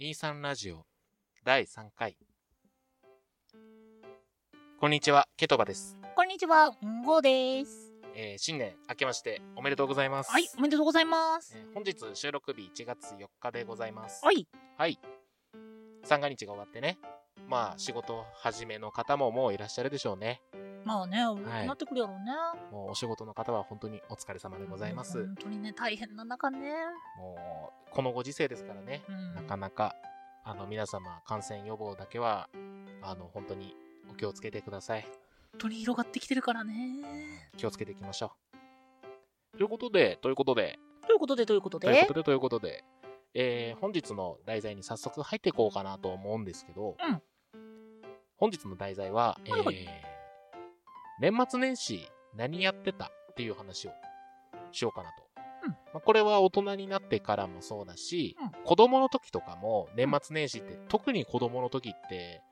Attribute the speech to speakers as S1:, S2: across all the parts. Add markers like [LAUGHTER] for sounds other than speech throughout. S1: 23ラジオ第3回。こんにちは、ケトバです。
S2: こんにちは、んごです。
S1: えー新年明けましておめでとうございます。
S2: はい、おめでとうございます
S1: え。ー本日収録日1月4日でございます。
S2: はい、
S1: はい。三が日が終わってね。まあ、仕事始めの方ももういらっしゃるでしょうね。
S2: まあね、大きく
S1: い
S2: なってくるやろうね。
S1: もうお仕事の方は本当にお疲れ様でございます。
S2: 本当にね、大変な中ね。
S1: もう、このご時世ですからね。
S2: うん
S1: なかなか、あの、皆様、感染予防だけは、あの、本当にお気をつけてください。
S2: 本当に広がってきてるからね。
S1: 気をつけていきましょう。ということで、ということで、
S2: ということで、ということ
S1: という
S2: で
S1: こ。とで、ということで、えー本日の題材に早速入っていこうかなと思うんですけど、
S2: うん
S1: 本日の題材は、えー
S2: はいはい
S1: 年末年始何やってたっていう話をしようかなと。
S2: うん
S1: まあこれは大人になってからもそうだし、
S2: うん
S1: 子供の時とかも年末年始って、特に子供の時って、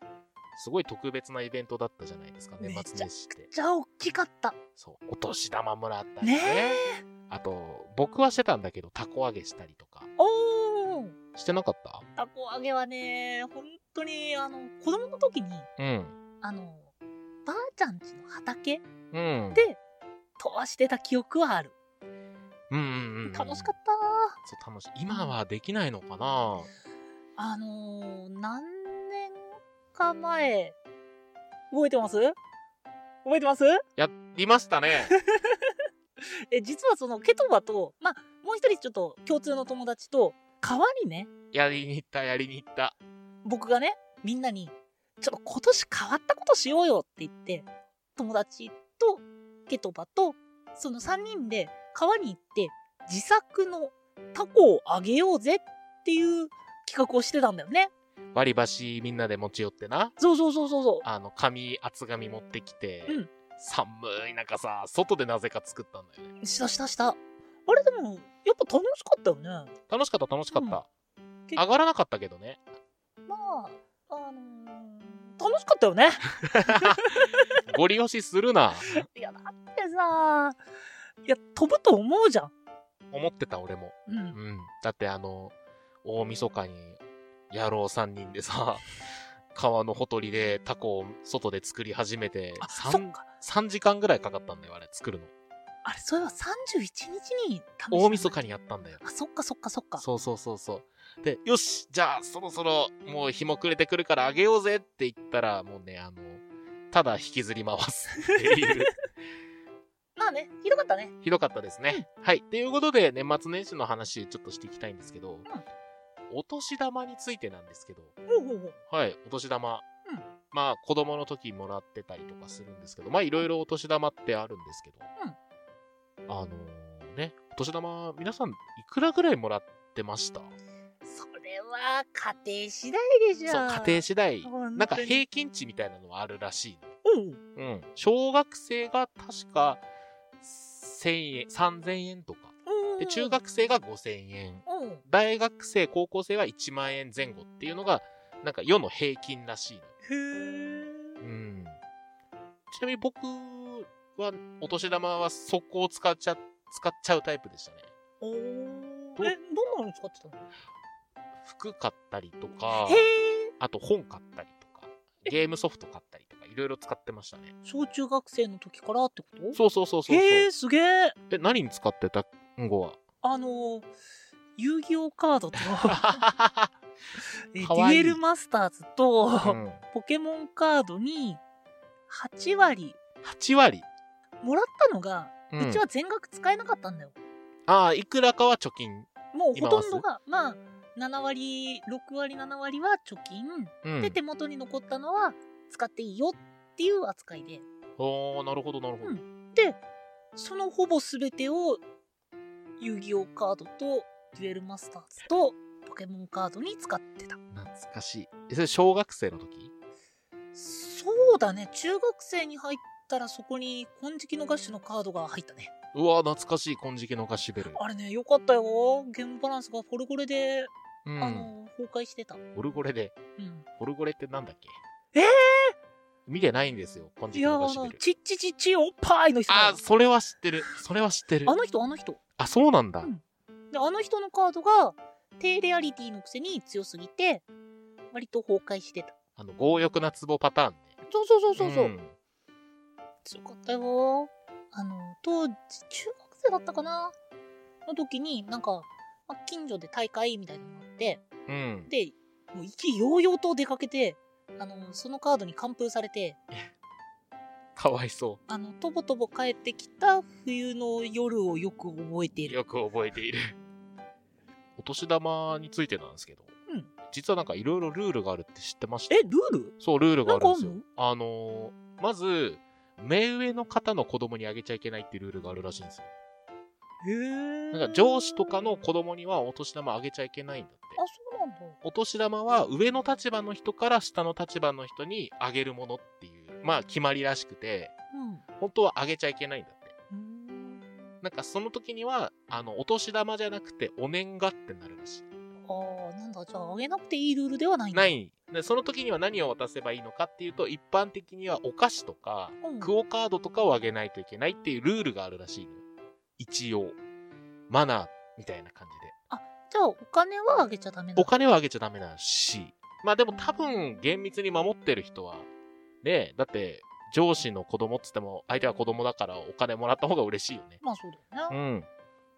S1: すごい特別なイベントだったじゃないですか、年末年始って。
S2: じゃあ、大きかった。
S1: そう、お年玉もらったり
S2: ね
S1: ね。
S2: え。
S1: あと、僕はしてたんだけど、たこ揚げしたりとか。
S2: おー。
S1: してなかった
S2: たこ揚げはね、本当に、あの、子供の時に、
S1: うん。
S2: あの、ばあちゃんちの畑
S1: うん。
S2: で、通してた記憶はある。
S1: うんうんうん、
S2: 楽し
S1: た。
S2: かった。
S1: そう、楽しい。今はできないのかな
S2: あのー、何年か前、覚えてます覚えてます
S1: やりました
S2: [LAUGHS]
S1: ね。
S2: え、実はその、ケトバと、まあ、もう一人ちょっと共通の友達と、川にね、
S1: やりに行った、やりに行った。
S2: 僕がね、みんなに、ちょっと今年変わったことしようよって言って、友達と、ケトバと、その三人で川に行って、自作のタコをあげようぜっていう企画をしてたんだよね。
S1: 割り箸みんなで持ち寄ってな。
S2: そうそうそうそうそう。
S1: あの、紙、厚紙持ってきて。
S2: うん
S1: 寒い中さ、外でなぜか作ったんだよね。
S2: したしたした。あれでも、やっぱ楽しかったよね。
S1: 楽しかった、楽しかった。
S2: 結構
S1: 上がらなかったけど
S2: [LAUGHS]
S1: ね。
S2: まあ、あのー楽しかったよ [LAUGHS] ね。
S1: ゴリ押しするな。
S2: いや、だってさ、いや、飛ぶと思うじゃん。
S1: 思ってた、俺も。
S2: う。
S1: うんん。だってあの、大晦日に、野郎3人で
S2: [LAUGHS]
S1: さ、川のほとりでタコを外で作り始めて
S2: あ、そっ
S1: 3、
S2: か。
S1: 3時間ぐらいかかったんだよ、あれ、作るの。
S2: あれ、それは31日に試した
S1: 大晦日
S2: に。
S1: にやったんだよ。
S2: あ、そっかそっかそっか。
S1: そうそうそうそう。で、よしじゃあ、そろそろ、もう日も暮れてくるからあげようぜって言ったら、もうね、あの、ただ引きずり回すって
S2: [LAUGHS]
S1: いう。
S2: まあね、ひどかったね。
S1: ひどかったですね。はい。ということで、年末年始の話、ちょっとしていきたいんですけど、お年玉についてなんですけど、
S2: ほうほうほう。
S1: はい、お年玉。
S2: うん
S1: まあ、子供の時もらってたりとかするんですけど、まあ、いろいろお年玉ってあるんですけど、あのーね、お年玉、皆さん、いくらぐらいもらってました
S2: それは家庭次第でしょ。
S1: そう、家庭次第、
S2: 庭
S1: なんか平均値みたいなのはあるらし
S2: うん。
S1: いの。うん。小学生が確か、1000円、3000円とか。
S2: うん。
S1: で、中学生が5000円。
S2: うん。
S1: 大学生、高校生は1万円前後っていうのが、なんか世の平均らしいの。
S2: ふー。
S1: うん。ちなみに僕は、お年玉は速攻使っちゃ、使っちゃうタイプでしたね。
S2: おー。
S1: ど
S2: え、どんなの使ってたの
S1: 服買ったりとか
S2: へ、ー。
S1: あと本買ったりとか、ゲームソフト買ったりとか、いろいろ使ってましたね。
S2: 小中学生の時からってこと
S1: そうそうそうそうそう。
S2: へ
S1: え
S2: え、、すげえ。
S1: 何に使ってたんごは。
S2: [LAUGHS] あのー、遊戯王カ
S1: [LAUGHS]
S2: ードと、えデ
S1: かわ
S2: ュ
S1: いい
S2: エルマスターズと、
S1: うん、
S2: ポケモンカードに、8割、
S1: 8割。
S2: もらったのが、
S1: う
S2: うんちは全額使えなかったんだよ。
S1: ああ、いくらかは貯金。
S2: もうほとんどが、まあ、7割、6割、7割は貯金、
S1: うん
S2: で、手元に残ったのは、使っていいよっていう扱いで、
S1: おーなるほど、なるほど。
S2: うんそのほぼ全てを、遊戯王カードと、デュエルマスターズと、ポケモンカードに使ってた。
S1: 懐かしい。えそれ小学生の時
S2: そうだね中学生に入ったらそこに金色のガッシュのカードが入ったね
S1: うわー懐かしい、金色の菓子ベル。
S2: あれねよかったよゲームバランスがフォルゴレで、
S1: う
S2: あ
S1: ん。
S2: の崩壊してた、う
S1: オルゴレで。
S2: ん、
S1: オルゴレってなんだっけ
S2: えー
S1: 見てないんですよ、金
S2: いや
S1: 色
S2: あ
S1: の菓子ベ
S2: の
S1: ル。
S2: ちっちちちおっぱいの人だ
S1: あー、
S2: よ
S1: それは知ってる。それは知ってる
S2: あ。の人あの人
S1: あ、そうなんだ
S2: う。んであの人のカードが低レアリティのくせに強すぎて、割と崩壊してた。
S1: あの、強欲な壺パターンで。
S2: そうそうそうそうそう。
S1: ん
S2: 強かったよ。あの、当時、中学生だったかなの時に、なんか、まあ近所で大会みたいなのがあって、
S1: うん。
S2: で、もう意気揚々と出かけて、あの、そのカードに完封されて、
S1: かわいそ。
S2: あの、とぼとぼ帰ってきた冬の夜をよく覚えていうる。
S1: よく覚えている。お年玉についてなんですけど、
S2: うん
S1: 実はなんかいろいろルールがあるって知ってました
S2: え、ルール
S1: そう、ルールがあるんですよ
S2: なん。
S1: あのーまず、目上の方の子供にあげちゃいけないっていうルールがあるらしいんですよ。
S2: へー
S1: なんか上司とかの子供にはお年玉あげちゃいけないんだって。
S2: あ、そうなんだ。
S1: お年玉は上の立場の人から下の立場の人にあげるものっていう、まあ決まりらしくて、本当はあげちゃいけないんだって。
S2: うん。うーん
S1: なんかその時には、あの、お年玉じゃなくてお年賀ってなるらし
S2: ああ、なんだ、じゃあ、あげなくていいルールではない
S1: い。
S2: んだ。
S1: な。い。でその時には何を渡せばいいのかっていうと、一般的にはお菓子とか、
S2: うん、
S1: クオカードとかをあげないといけないっていうルールがあるらしいのよ。一応。マナーみたいな感じで。
S2: じゃあ、お金はあげちゃダメな
S1: お金はあげちゃダメだし。まあでも多分厳密に守ってる人は、ねえだって上司の子供っつっても相手は子供だからお金もらった方が嬉しいよね。
S2: まあ、そうだよ
S1: う
S2: ね。
S1: ん。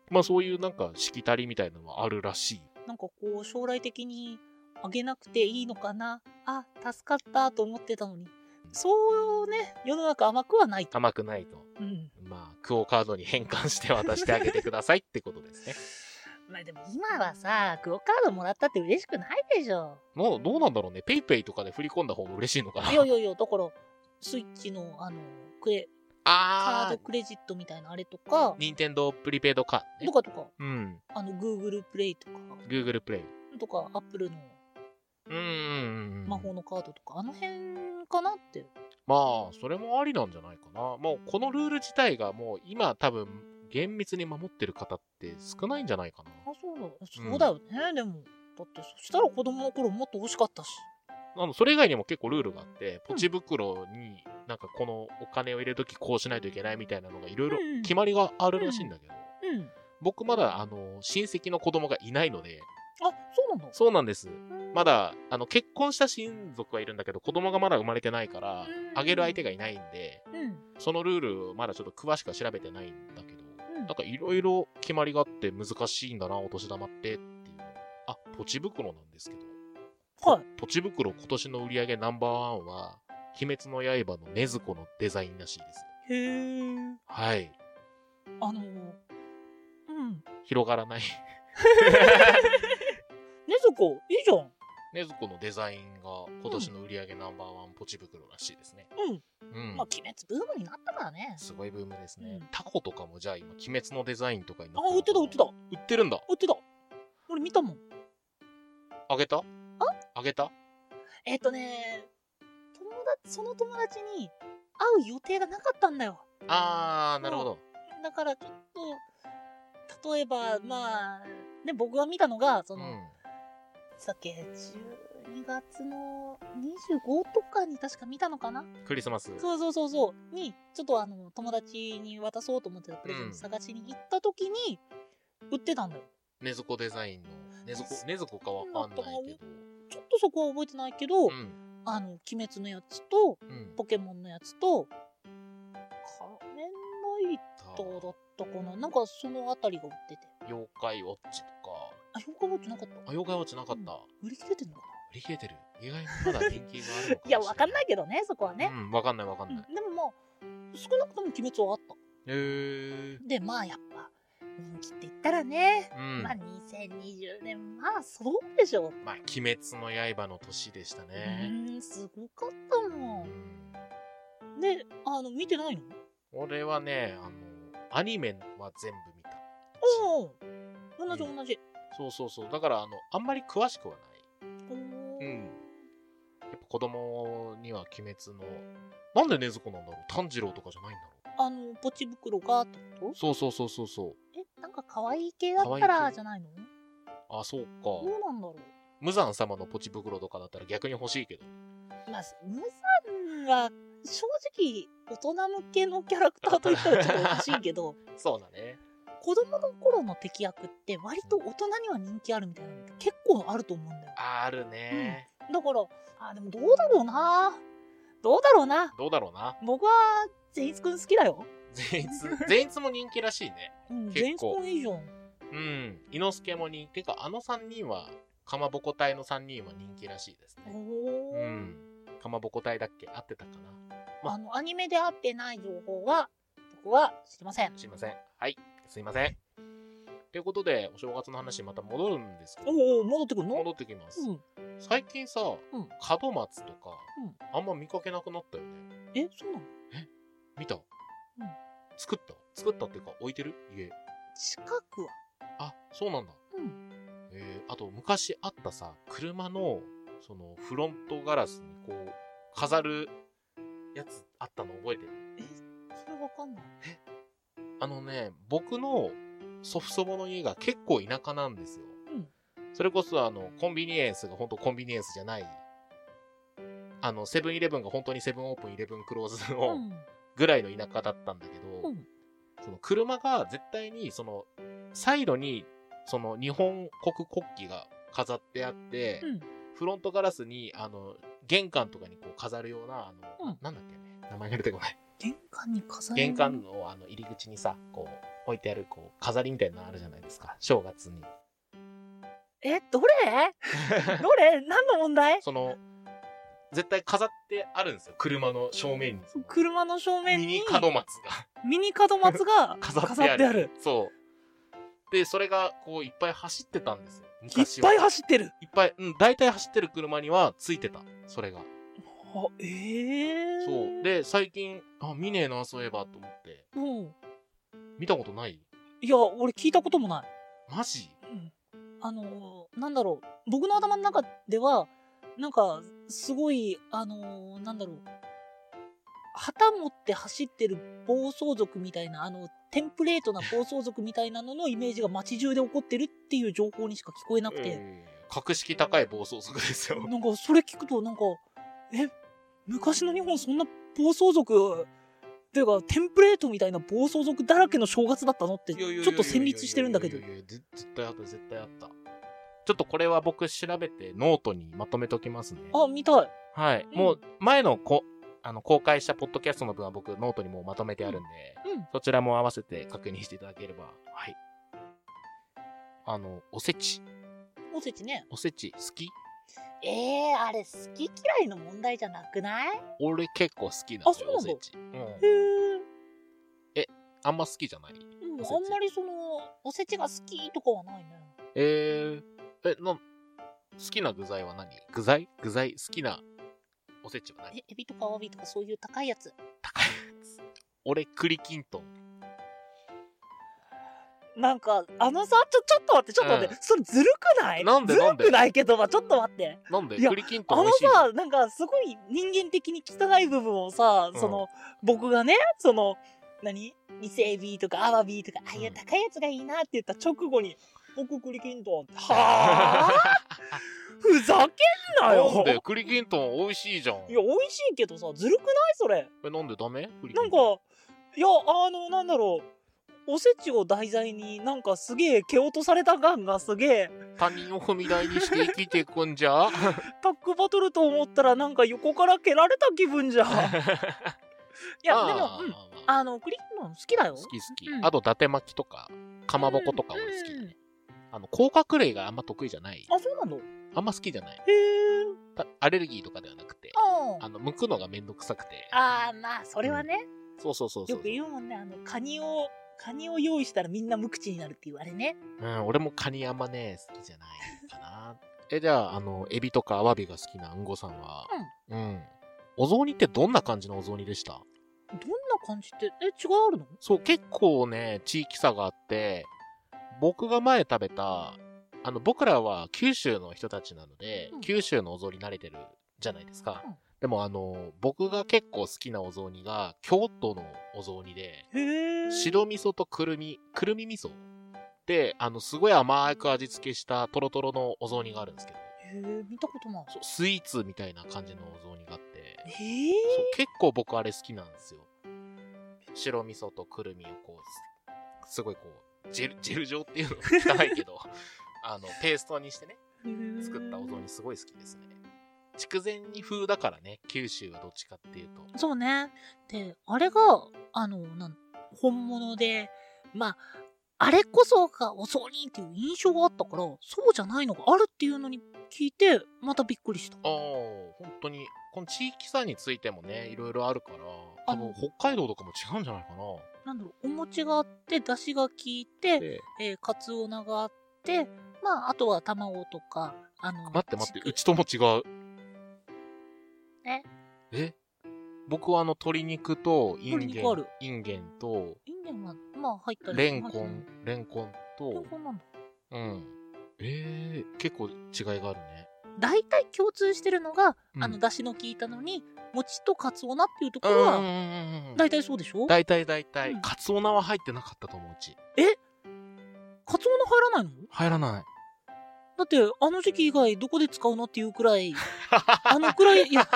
S1: まあそういうなんかしきたりみたいなのはあるらしい。
S2: なんかこう、将来的にあげなくていいのかな。あ、助かったと思ってたのに。そうね、世の中甘くはないと。
S1: 甘くないと。
S2: うん。
S1: まあ、クオカードに変換して渡してあげてくださいってことですね。 [LAUGHS]
S2: まあでも今はさ、クオカードもらったって嬉しくないでし [LAUGHS] ょ。。
S1: もうどうなんだろうね。ペイペイとかで振り込んだ方が嬉しいのかない
S2: やいやいや、だから、スイッチの、あの、クレ、カー
S1: あ
S2: ド
S1: ー、
S2: クレジットみたいなあれとか、
S1: 任天堂プリペイドカードね
S2: と。かとか、
S1: うん。
S2: あの、Google プレイとか、
S1: Google プレイ。
S2: とか、Apple の
S1: うんうんうん。
S2: 魔法のカードとか、あの辺かなって。
S1: まあ、それもありなんじゃないかな。もう、このルール自体がもう、今多分、厳密に守ってる方って少ないんじゃないかな。
S2: あ、そうだ。そうだよね、でも。だって、そしたら子供の頃もっと欲しかったし。
S1: あの、それ以外にも結構ルールがあって、ポチ袋になんかこのお金を入れるときこうしないといけないみたいなのがいろいろ
S2: うん
S1: 決まりがあるらしいんだけど、
S2: うん。
S1: 僕まだあの、親戚の子供がいないので、
S2: あ、そうなんだ。
S1: そうなんです。
S2: うん
S1: まだ、あの、結婚した親族はいるんだけど、子供がまだ生まれてないから
S2: う、ん
S1: あげる相手がいないんで、
S2: うん。うん。
S1: そのルールをまだちょっと詳しくは調べてないんだけど、なんかいろいろ決まりがあって難しいんだな、お年玉ってっていう。あ、ポチ袋なんですけど。
S2: はい。
S1: ポチ袋今年の売り上げナンバーワンは、鬼滅の刃の禰豆子のデザインらしいです。
S2: へえ。
S1: はい。
S2: あの、うん。
S1: 広がらない。 [LAUGHS]
S2: ねずこ、いいじゃん。
S1: 禰豆子のデザインが今年の売り上げナンバーワンポチ袋らしいですね。
S2: うん。
S1: うん
S2: まあ、。鬼滅ブームになったからね。
S1: すごいブームですね
S2: うん。
S1: タコとかもじゃあ今、鬼滅のデザインとかにな
S2: あ
S1: って、る
S2: 売ってた、売ってた。
S1: 売ってるんだ。
S2: 売ってた。俺見たもん。
S1: あげたあげた
S2: えっ、とね、友達、その友達に会う予定がなかったんだよ。
S1: あー、なるほど。
S2: だからちょっと、例えば、まあ、ね、僕が見たのが、そうの、
S1: ん。
S2: さっき、12月の25とかに確か見たのかな
S1: クリスマス。
S2: そうそうそうそう。に、ちょっとあの、友達に渡そうと思ってたプレゼン
S1: うん
S2: ト探しに行った時に、売ってたんだよ。
S1: ねずこデザインの、ねずこ、ねずこかわかんないけど。
S2: ちょっとそこは覚えてないけど、
S1: うん。
S2: あの、鬼滅のやつと、
S1: うん。
S2: ポケモンのやつと、仮面ライ
S1: た
S2: ダーだったかななんかそのあたりが売ってて。
S1: 妖怪ウォッチと
S2: あ、評価持ってなかった
S1: か。あ、妖怪ウォッチなかった。
S2: 売り切れてんのかな
S1: 売り切れてる。意外にまだ人気があるのかもしれない。
S2: いや、わかんないけどね、そこはね。
S1: うん、わかんないわかんない。
S2: うんでもまあ、少なくとも鬼滅はあった。
S1: へえ。
S2: で、まあやっぱ、人気って言ったらね、
S1: うん。
S2: まあ
S1: ま
S2: 2020年、まあそうでしょう。
S1: あ、鬼滅の刃の年でした
S2: う
S1: ね。
S2: ーん、すごかった
S1: う
S2: も
S1: ん。
S2: ん。で、あの、見てないの
S1: 俺はね、あの、アニメは全部見た。
S2: おお同じ同じ。
S1: そうそうそう。だから、あの、あんまり詳しくはない。
S2: おー
S1: うんやっぱ子供には鬼滅の、なんで禰豆子なんだろう炭治郎とかじゃないんだろ
S2: あの、ポチ袋がってこ
S1: うそうそうそうそうそう。
S2: とえ、なんか可愛い系だった
S1: 可愛い
S2: ら
S1: 系
S2: じゃないの
S1: あ、そうか。
S2: どうなんだろ
S1: 無惨様のポチ袋とかだったら逆に欲しいけど。
S2: う。まあ、ムサンは
S1: [LAUGHS]
S2: 正直大人向けのキャラクターと言ったらちょっとおかしいけど、
S1: そうだね。
S2: 子子供の頃の適役って割と大人には人気あるみたいなのって結構あると思うんだよ。
S1: あるね、
S2: だから、あ、でもどうだろうなどうだろうな
S1: どうだろうな。
S2: 僕は、善逸くん好きだよ。
S1: 善
S2: [LAUGHS]
S1: 逸、善逸も人気らしいね。
S2: うん、善
S1: 結
S2: 逸
S1: 構
S2: くんいいじゃん。
S1: うん。伊之助も人気。てか、あの3人は、かまぼこ隊の3人は人気らしいですね。
S2: お
S1: う
S2: ー
S1: ん。かまぼこ隊だっけ合ってたかなま
S2: あの、アニメで合ってない情報は、僕は知りません。
S1: すいません。はい。すいません。ということで、お正月の話にまた戻るんですけど、
S2: おお、戻ってくるの
S1: 戻ってきます。
S2: うん。
S1: 最近さ、
S2: うん
S1: 門松とか、あんま見かけなくなったよね。
S2: え、そうなの
S1: 見た、
S2: ん
S1: 作った作ったっていうか置いてる家
S2: 近くは
S1: あそうなんだ、
S2: うん
S1: えーあと昔あったさ車のそのフロントガラスにこう飾るやつあったの覚えてる
S2: それわかんない。
S1: あのね僕の祖父祖母の家が結構田舎なんですよ、
S2: うん
S1: それこそあのコンビニエンスが本当コンビニエンスじゃないあのセブンイレブンが本当にセブンオープンイレブンクローズの、
S2: うん。
S1: ぐらいの田舎だったんだけど、
S2: うん
S1: その車が絶対にそのサイドにその日本国国旗が飾ってあって、
S2: うん
S1: フロントガラスにあの玄関とかにこう飾るようなあの、
S2: うん
S1: なんだっけね名前が出てこない
S2: 玄関に飾る。
S1: 玄関のあの入り口にさこう置いてあるこう飾りみたいなのあるじゃないですか正月に
S2: え、
S1: [LAUGHS]
S2: どれどれ何の問題
S1: その絶対飾ってあるんですよ車の正面にその
S2: 車の正面
S1: ミ
S2: に
S1: ニ門松が
S2: ミニ角松が
S1: [LAUGHS] 飾ってある
S2: 飾ってある。
S1: そう。で、それが、こう、いっぱい走ってたんですよ。
S2: いっ
S1: 昔は。
S2: ぱい走ってる。
S1: いっぱい、うん、大体走ってる車にはついてた。それが。
S2: あ、ええー。
S1: そう。、で、最近、あ、見ねえな、そういえば、と思って。
S2: うん。
S1: 見たことない
S2: いや、俺聞いたこともない。
S1: マジ
S2: うんあのーなんだろう僕の頭の中ではなんかすごいあのーなんだろう旗持って走ってる暴走族みたいなあのテンプレートな暴走族みたいなののイメージが街中で起こってるっていう情報にしか聞こえなくて、
S1: うん格式高い暴走族ですよ。
S2: なんかそれ聞くとなんかえ昔の日本そんな暴走族っていうかテンプレートみたいな暴走族だらけの正月だったのって
S1: いやいやいやいや
S2: ちょっと戦慄してるんだけど
S1: いやいやいやぜ絶対あった、絶対あった。ちょっとこれは僕調べてノートにまとめときますね。
S2: あ見たい
S1: はい。
S2: うん
S1: もう、前のこ、あの、公開したポッドキャストの分は僕、ノートにもうまとめてあるんで、
S2: うん
S1: そちらも合わせて確認していただければ。はい。あの、おせち。
S2: おせちね
S1: おせち好き
S2: えー、あれ好き嫌いの問題じゃなくないへ
S1: 俺結構好きなの
S2: あそうな
S1: よ、
S2: の
S1: おせち。うん。
S2: え、
S1: あんま好きじゃない
S2: うん、
S1: おせち
S2: あんまりそのおせちが好きとかはないね
S1: えー、え、な、好きな具材は何具材具材好きなおせちは何
S2: えエビとかアワビとかそういう高いやつ
S1: 高いやつ。俺、栗きんとん。
S2: なんかあのさちょちょっと待ってちょっと待って、それずるくない
S1: なんで
S2: ず
S1: なん
S2: る
S1: で
S2: くないけどまあちょっと待って
S1: なんで
S2: いや
S1: 栗きん
S2: あ
S1: とん美
S2: の
S1: 味しいじゃん
S2: さなんかすごい人間的に汚い部分をさ、
S1: うん
S2: その僕がねその何伊勢エビとかアワビとかああいう高いやつがいいなって言った直後に「僕栗きんと
S1: [LAUGHS]
S2: ん」ってはあふざけんなよ
S1: なんで栗きんとん美味しいじゃん。
S2: いや、美味しいけどさ、ずるくないそれ。
S1: え、なんでダメ栗き
S2: なんん
S1: と
S2: か、いや、あの、なんだろう。おせちを題材になんかすげえ蹴落とされた感がすげえ
S1: 他人を踏み台にして生きていくんじ
S2: [LAUGHS]
S1: ゃ
S2: タックバトルと思ったらなんか横から蹴られた気分じ
S1: [LAUGHS]
S2: ゃんいやでも、うん、あのクリッマン好きだよ
S1: 好き好き、
S2: うん
S1: あと伊達巻きとかかまぼことか俺好きだね、あの甲殻類があんま得意じゃない
S2: あそうなのへ
S1: あんま好きじゃない
S2: え
S1: たアレルギーとかではなくて
S2: あ
S1: あの剥くのがめんどくさくて
S2: あーまあそれはね
S1: そうそうそうそう
S2: よく言うもんねあのカニをカニを用意したらみんな無口になるっていうあれね
S1: うん、俺もカニあんまね好きじゃないかなえじゃああのエビとかアワビが好きなうんごさんはうん、お雑煮ってどんな感じのお雑煮でした
S2: どんな感じってえ違うあるの
S1: そう、結構ね、地域差があって、僕が前食べた、あの、僕らは九州の人たちなので、
S2: うん
S1: 九州のお雑煮慣れてるじゃないですか。
S2: うん
S1: でもあの、僕が結構好きなお雑煮が、京都のお雑煮で、
S2: へえ
S1: 白味噌とくるみ、くるみ味噌で、あの、すごい甘く味付けしたトロトロのお雑煮があるんですけど、
S2: へえ見たことない
S1: そうスイーツみたいな感じのお雑煮があって、
S2: え
S1: そう結構僕あれ好きなんですよ白味噌とくるみをこうすすごいこうジェル、ジェル状っていうの [LAUGHS] 汚いけど、あの、ペーストにしてね、作ったお雑
S2: に
S1: 煮すごい好きですね。筑前煮風だからね、九州はどっちかっていうと。
S2: そうね。で、あれが、あの、なん本物で、まあ、あれこそがお雑煮っていう印象があったから、そうじゃないのがあるっていうのに聞いて、またびっくりした。
S1: ああ、本当に、この地域差についてもね、いろいろあるから、
S2: あ
S1: 多分北海道とかも違うんじゃないかな。
S2: なんだろう、お餅があって、出汁が効いて、
S1: で
S2: えー、かつお菜があって、まあ、あとは卵とか、あの、
S1: 待って待って、う
S2: ち
S1: ちとも違う。
S2: え
S1: え僕はあの鶏肉とインゲン
S2: 鶏肉ある、
S1: インゲンと、
S2: インゲンは、まあ、入ったり
S1: レンコ
S2: 入っ
S1: ン、レンコン
S2: たりレン
S1: と、
S2: コンなんだ。
S1: うん。えー、結構違いがあるね。
S2: 大体共通してるのが、
S1: うん
S2: あの、出汁の効いたのに、餅とかつお菜っていうとこ
S1: うん
S2: ろ
S1: うん
S2: は、
S1: うんうん。
S2: 大体そうでしょ
S1: 大体大体、
S2: うん
S1: カツオ菜は入ってなかったと思ううち。
S2: カツオの入らないの
S1: 入らない。
S2: だって、あの時期以外どこで使うのっていうく
S1: [LAUGHS]
S2: らい、あのくらい、いや、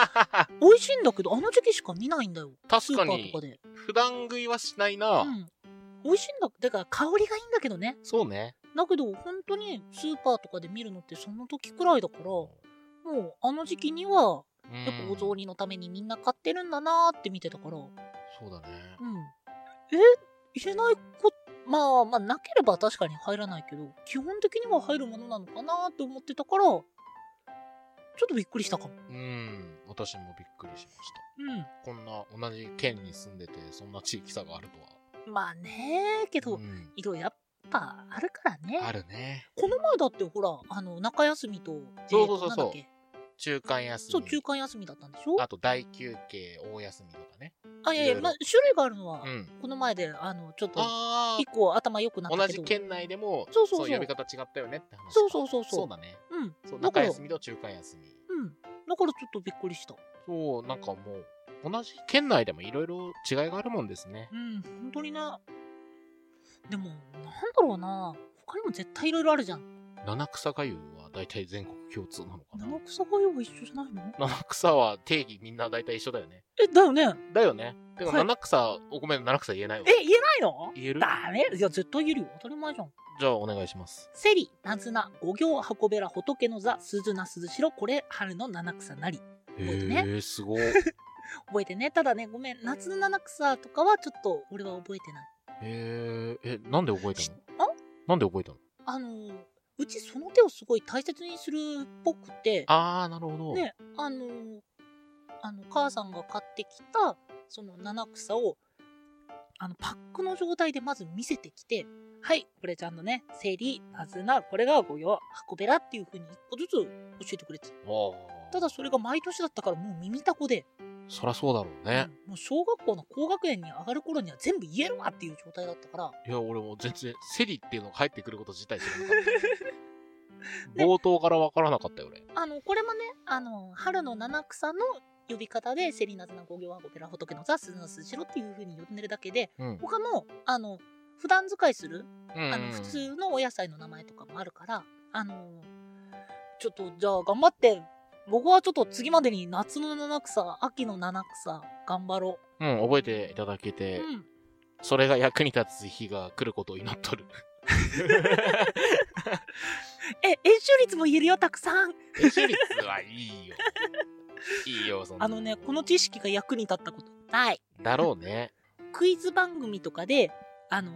S2: 美味しいんだけど、あの時期しか見ないんだよ。
S1: 確
S2: スー
S1: か
S2: パー
S1: に
S2: とか、で。
S1: 普段食いはしないな。
S2: うん。美味しいんだ。だから香りがいいんだけどね。
S1: そうね。
S2: だけど、本当にスーパーとかで見るのってその時くらいだから、もうあの時期には、
S1: うん
S2: やっぱお雑煮のためにみんな買ってるんだなーって見てたから、うん。
S1: そうだね。
S2: え、入れないこ、まあまあ、なければ確かに入らないけど、基本的には入るものなのかなーって思ってたから、ちょっとびっくりしたかも。
S1: うん。私もびっくりしました。
S2: うん。
S1: こんな同じ県に住んでて、そんな地域差があるとは。
S2: まあねけど、
S1: ん、
S2: 色やっぱあるからね。
S1: あるね。
S2: この前だってほら、あの、中休みと、
S1: そうそうそうそう
S2: えーとなんだっけ
S1: 中間休み。
S2: そう、中間休みだったんでしょ
S1: あと大休憩、大休みとかね。
S2: あ、いやい
S1: いろ
S2: や、
S1: いろ
S2: まあ、種類があるのは
S1: う、ん。
S2: この前で、あの、ちょっと、
S1: あ
S2: 一個頭良くな
S1: あ、
S2: った
S1: 同
S2: けど。
S1: じ県内でも、
S2: そうそうそう
S1: 呼び方違ったよねって話か。
S2: そうそうそうそう
S1: そうだね。
S2: うん、
S1: そう
S2: だ
S1: 中
S2: から
S1: 休みと中間休み。
S2: うん。だからちょっとびっくりした。
S1: そう、なんかもう、同じ県内でもいろいろ違いがあるもんですね。
S2: うん、本当にね。でも、なんだろうな他にも絶対いろいろあるじゃん。
S1: 七草がゆは大体全国共通なのかな。
S2: 生草がよは一緒じゃないの
S1: 七草は定義みんな大体一緒だよね。
S2: え、だよね。
S1: だよね。てか
S2: はい
S1: 七草、おごめん、七草言えないわ
S2: え、。言えないの
S1: 言える
S2: ダメいや、絶対言えるよ。当たり前じゃん。
S1: じゃあお願いします。
S2: セリ、ナズナ、五行、箱べら、仏の座、鈴な鈴代、これ、春の七草なり。
S1: へ
S2: えてね
S1: え、す
S2: [LAUGHS]
S1: ごい。へ
S2: 覚えてね。ただね、ごめん、夏の七草とかはちょっと俺は覚えてない。
S1: え、え、なんで覚え
S2: した
S1: の
S2: あ
S1: なんで覚えたの
S2: あのー、うちその手をすごい大切にするっぽくて、
S1: あー、なるほど。
S2: ね、あのー、あの、母さんが買ってきた、その七草を、あの、パックの状態でまず見せてきて、はい、これちゃんとね、セリ、ナズナ、これが五行、箱べらっていう風に一個ずつ教えてくれてた。
S1: おー
S2: ただそれが毎年だったからもう耳たこで、
S1: そらそうだろうね。
S2: うんもう小学校の高学年に上がる頃には全部言えるわっていう状態だったから、
S1: いや、俺もう全然、セリっていうのが入ってくること自体知らなかった。冒頭からわからなかったよ、俺。
S2: あの、これもね、あの、春の七草の呼び方で、セリナズナ五行はゴペラ仏の座、鈴の鈴代っていう風に呼んでるだけで、
S1: うん。
S2: 他も、あの、普段使いする、
S1: うん
S2: あの、普通のお野菜の名前とかもあるから、あの、ちょっと、じゃあ頑張って、僕はちょっと次までに夏の七草、秋の七草、頑張ろ
S1: うん、覚えていただけ
S2: う。
S1: て、
S2: うん。
S1: それが役に立つ日が来ることを祈っと
S2: [LAUGHS]
S1: る。
S2: え、演習率も言えるよ、たくさん。
S1: 練習率はいいよ。いいよ、そんな
S2: あのね、この知識が役に立ったことない。
S1: だろうね。
S2: クイズ番組とかで、あの、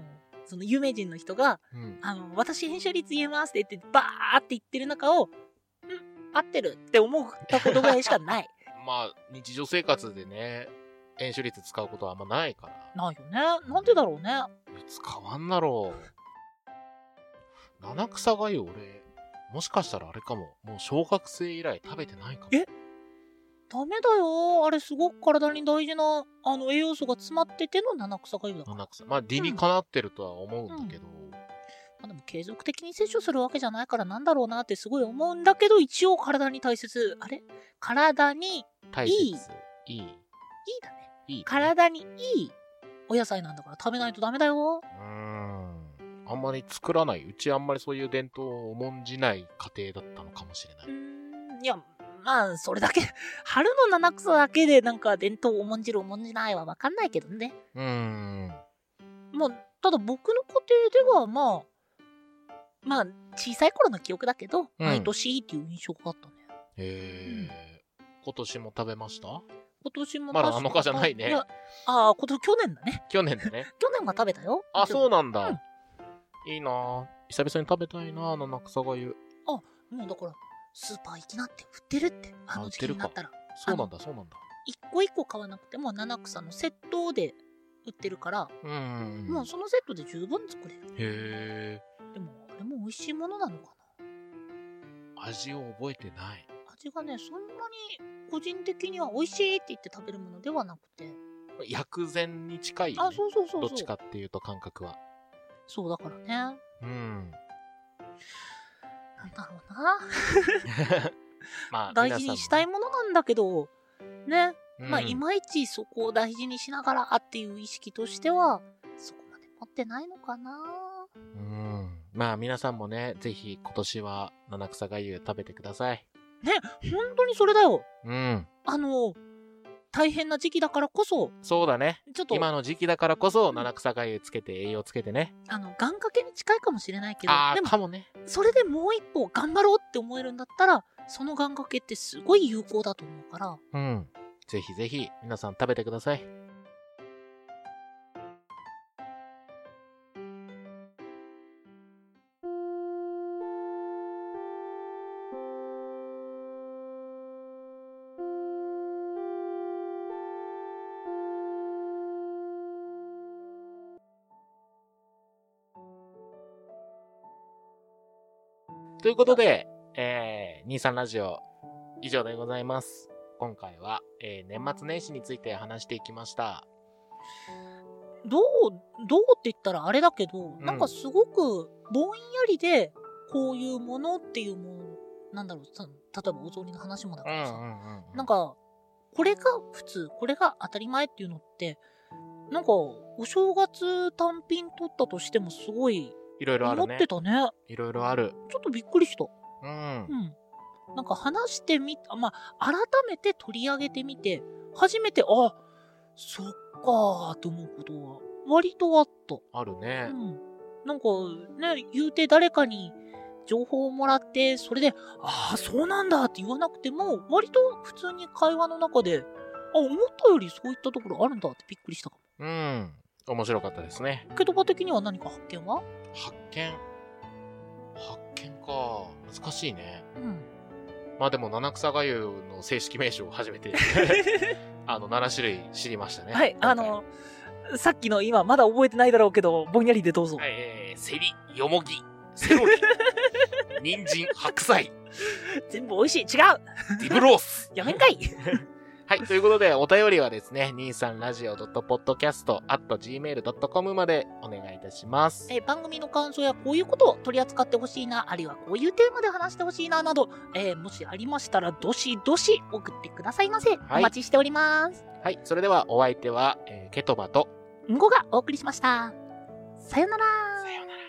S2: その有名人の人が、
S1: うん。
S2: あの、私編集率言えますって言って、バーって言ってる中を、ん合ってるって思ったことぐらいしかない。 [LAUGHS]
S1: まあ、日常生活でね、演習率使うことはあんまないから。
S2: ないよね。なんでだろうね。
S1: 使わんなろう。七草がゆ、俺、もしかしたらあれかも。もう小学生以来食べてないかも。
S2: えダメだよ。あれすごく体に大事な、あの、栄養素が詰まってての七草がゆだから。
S1: 七草。まあ、理にかなってるとは思うんだけど、
S2: まあ、でも継続的に摂取するわけじゃないからなんだろうなってすごい思うんだけど、一応体に大切。あれ体に、いい
S1: 大切。いい。
S2: だね。
S1: いい。
S2: 体にいいお野菜なんだから食べないとダメだよ。
S1: うーん。あんまり作らない。うちあんまりそういう伝統を重んじない家庭だったのかもしれな
S2: う
S1: い。
S2: ーんいや、まあ、それだけ、 [LAUGHS] 春の七草だけでなんか伝統を重んじる重んじないはわかんないけどね。
S1: うーん。
S2: もう、ただ僕の家庭ではまあ、まあ、小さい頃の記憶だけど、毎年っていう印象があったね。
S1: へえ、今年も食べました
S2: 今年も
S1: まだ
S2: 確か
S1: 7日じゃないね
S2: やああ、今年、去年だね。
S1: 去年だね。
S2: 去年は食べたよ。
S1: あ、そうなんだ。
S2: うん
S1: いいなぁ久々に食べたいなぁ七草がゆ。
S2: もうだから、スーパー行きなって売ってるって、あの時期になったら。
S1: そうなんだ、そうなんだ。
S2: 一個一個買わなくても、七草のセットで売ってるから、
S1: うん。
S2: も
S1: へ
S2: うそのセットで十分作れる。
S1: え。
S2: でも、あれも美味しいものなのかな。
S1: 味を覚えてない。
S2: 味がね、そんなに個人的には美味しいって言って食べるものではなくて。
S1: 薬膳に近いよ、ね。
S2: あ、そうそうそうそう。
S1: どっちかっていうと感覚は。
S2: そうだからね。なん
S1: うん。
S2: だろうな。
S1: まあ、
S2: 大事にしたい
S1: も
S2: ものなんだけど、ね。
S1: ん
S2: まあ、いまいちそこを大事にしながらっていう意識としては、そこまで持ってないのかな。
S1: うん。まあ、皆さんもね、ぜひ今年は七草がゆ食べてください。
S2: 本当にそれだよ。
S1: うん。
S2: あの、大変な時期だからこそ、
S1: そうだね。
S2: ちょっと、
S1: 今の時期だからこそ、七草がゆつけて栄養つけてね。
S2: あの、願掛けに近いかもしれないけど、
S1: あ
S2: で
S1: あ、
S2: も、
S1: かもね。
S2: それでもう一歩頑張ろうって思えるんだったら、その願掛けってすごい有効だと思うから、
S1: うん。ぜひぜひ、皆さん食べてください。ということで、えー、23ラジオ、以上でございます。今回は、えー年末年始について話していきました。
S2: どう、どうって言ったらあれだけど、
S1: ん
S2: なんかすごくぼんやりで、こういうものっていうもの、なんだろう、さ例えばお雑煮の話もだけどさ、
S1: う
S2: なん、か、これが普通、これが当たり前っていうのって、なんか、お正月単品取ったとしてもすごい
S1: いろいろあ
S2: 思
S1: る
S2: っ
S1: ね
S2: て。たね。
S1: いろいろある。
S2: ちょっとびっくりした。
S1: うん
S2: う。ん。なんか話してみた、まあ、改めて取り上げてみて、初めて、あ、そっかーと思うことは、割とあった。
S1: ある
S2: う
S1: ね。
S2: ん。なんかね、言うて誰かに情報をもらって、それで、ああ、そうなんだって言わなくても、割と普通に会話の中で、あ、思ったよりそういったところあるんだってびっくりしたか
S1: う
S2: も。
S1: ん。面白かったですね。
S2: ケトバ的には何か発見は
S1: 発見。発見か。難しいね。
S2: うん。
S1: まあでも、七草がゆの正式名称を初め [LAUGHS] て、あの、7種類知りましたね。
S2: はい、
S1: 今回
S2: あ、の、さっきの今、まだ覚えてないだろうけど、ぼんやりでどうぞ。
S1: はい、えー、セリ、よもぎ、セロリ、人参、白菜、
S2: 全部美味しい。違う
S1: ディブロース。
S2: やめんかい
S1: はい。ということで、お便りはですね、23radio.podcast.gmail.com までお願いいたします。
S2: えー番組の感想やこういうことを取り扱ってほしいな、あるいはこういうテーマで話してほしいな、など、えーもしありましたら、どしどし送ってくださいませ。
S1: い
S2: お待ちしております。
S1: はい。それでは、お相手は、えーケトバと、
S2: んごがお送りしました。さよなら。
S1: さようなら。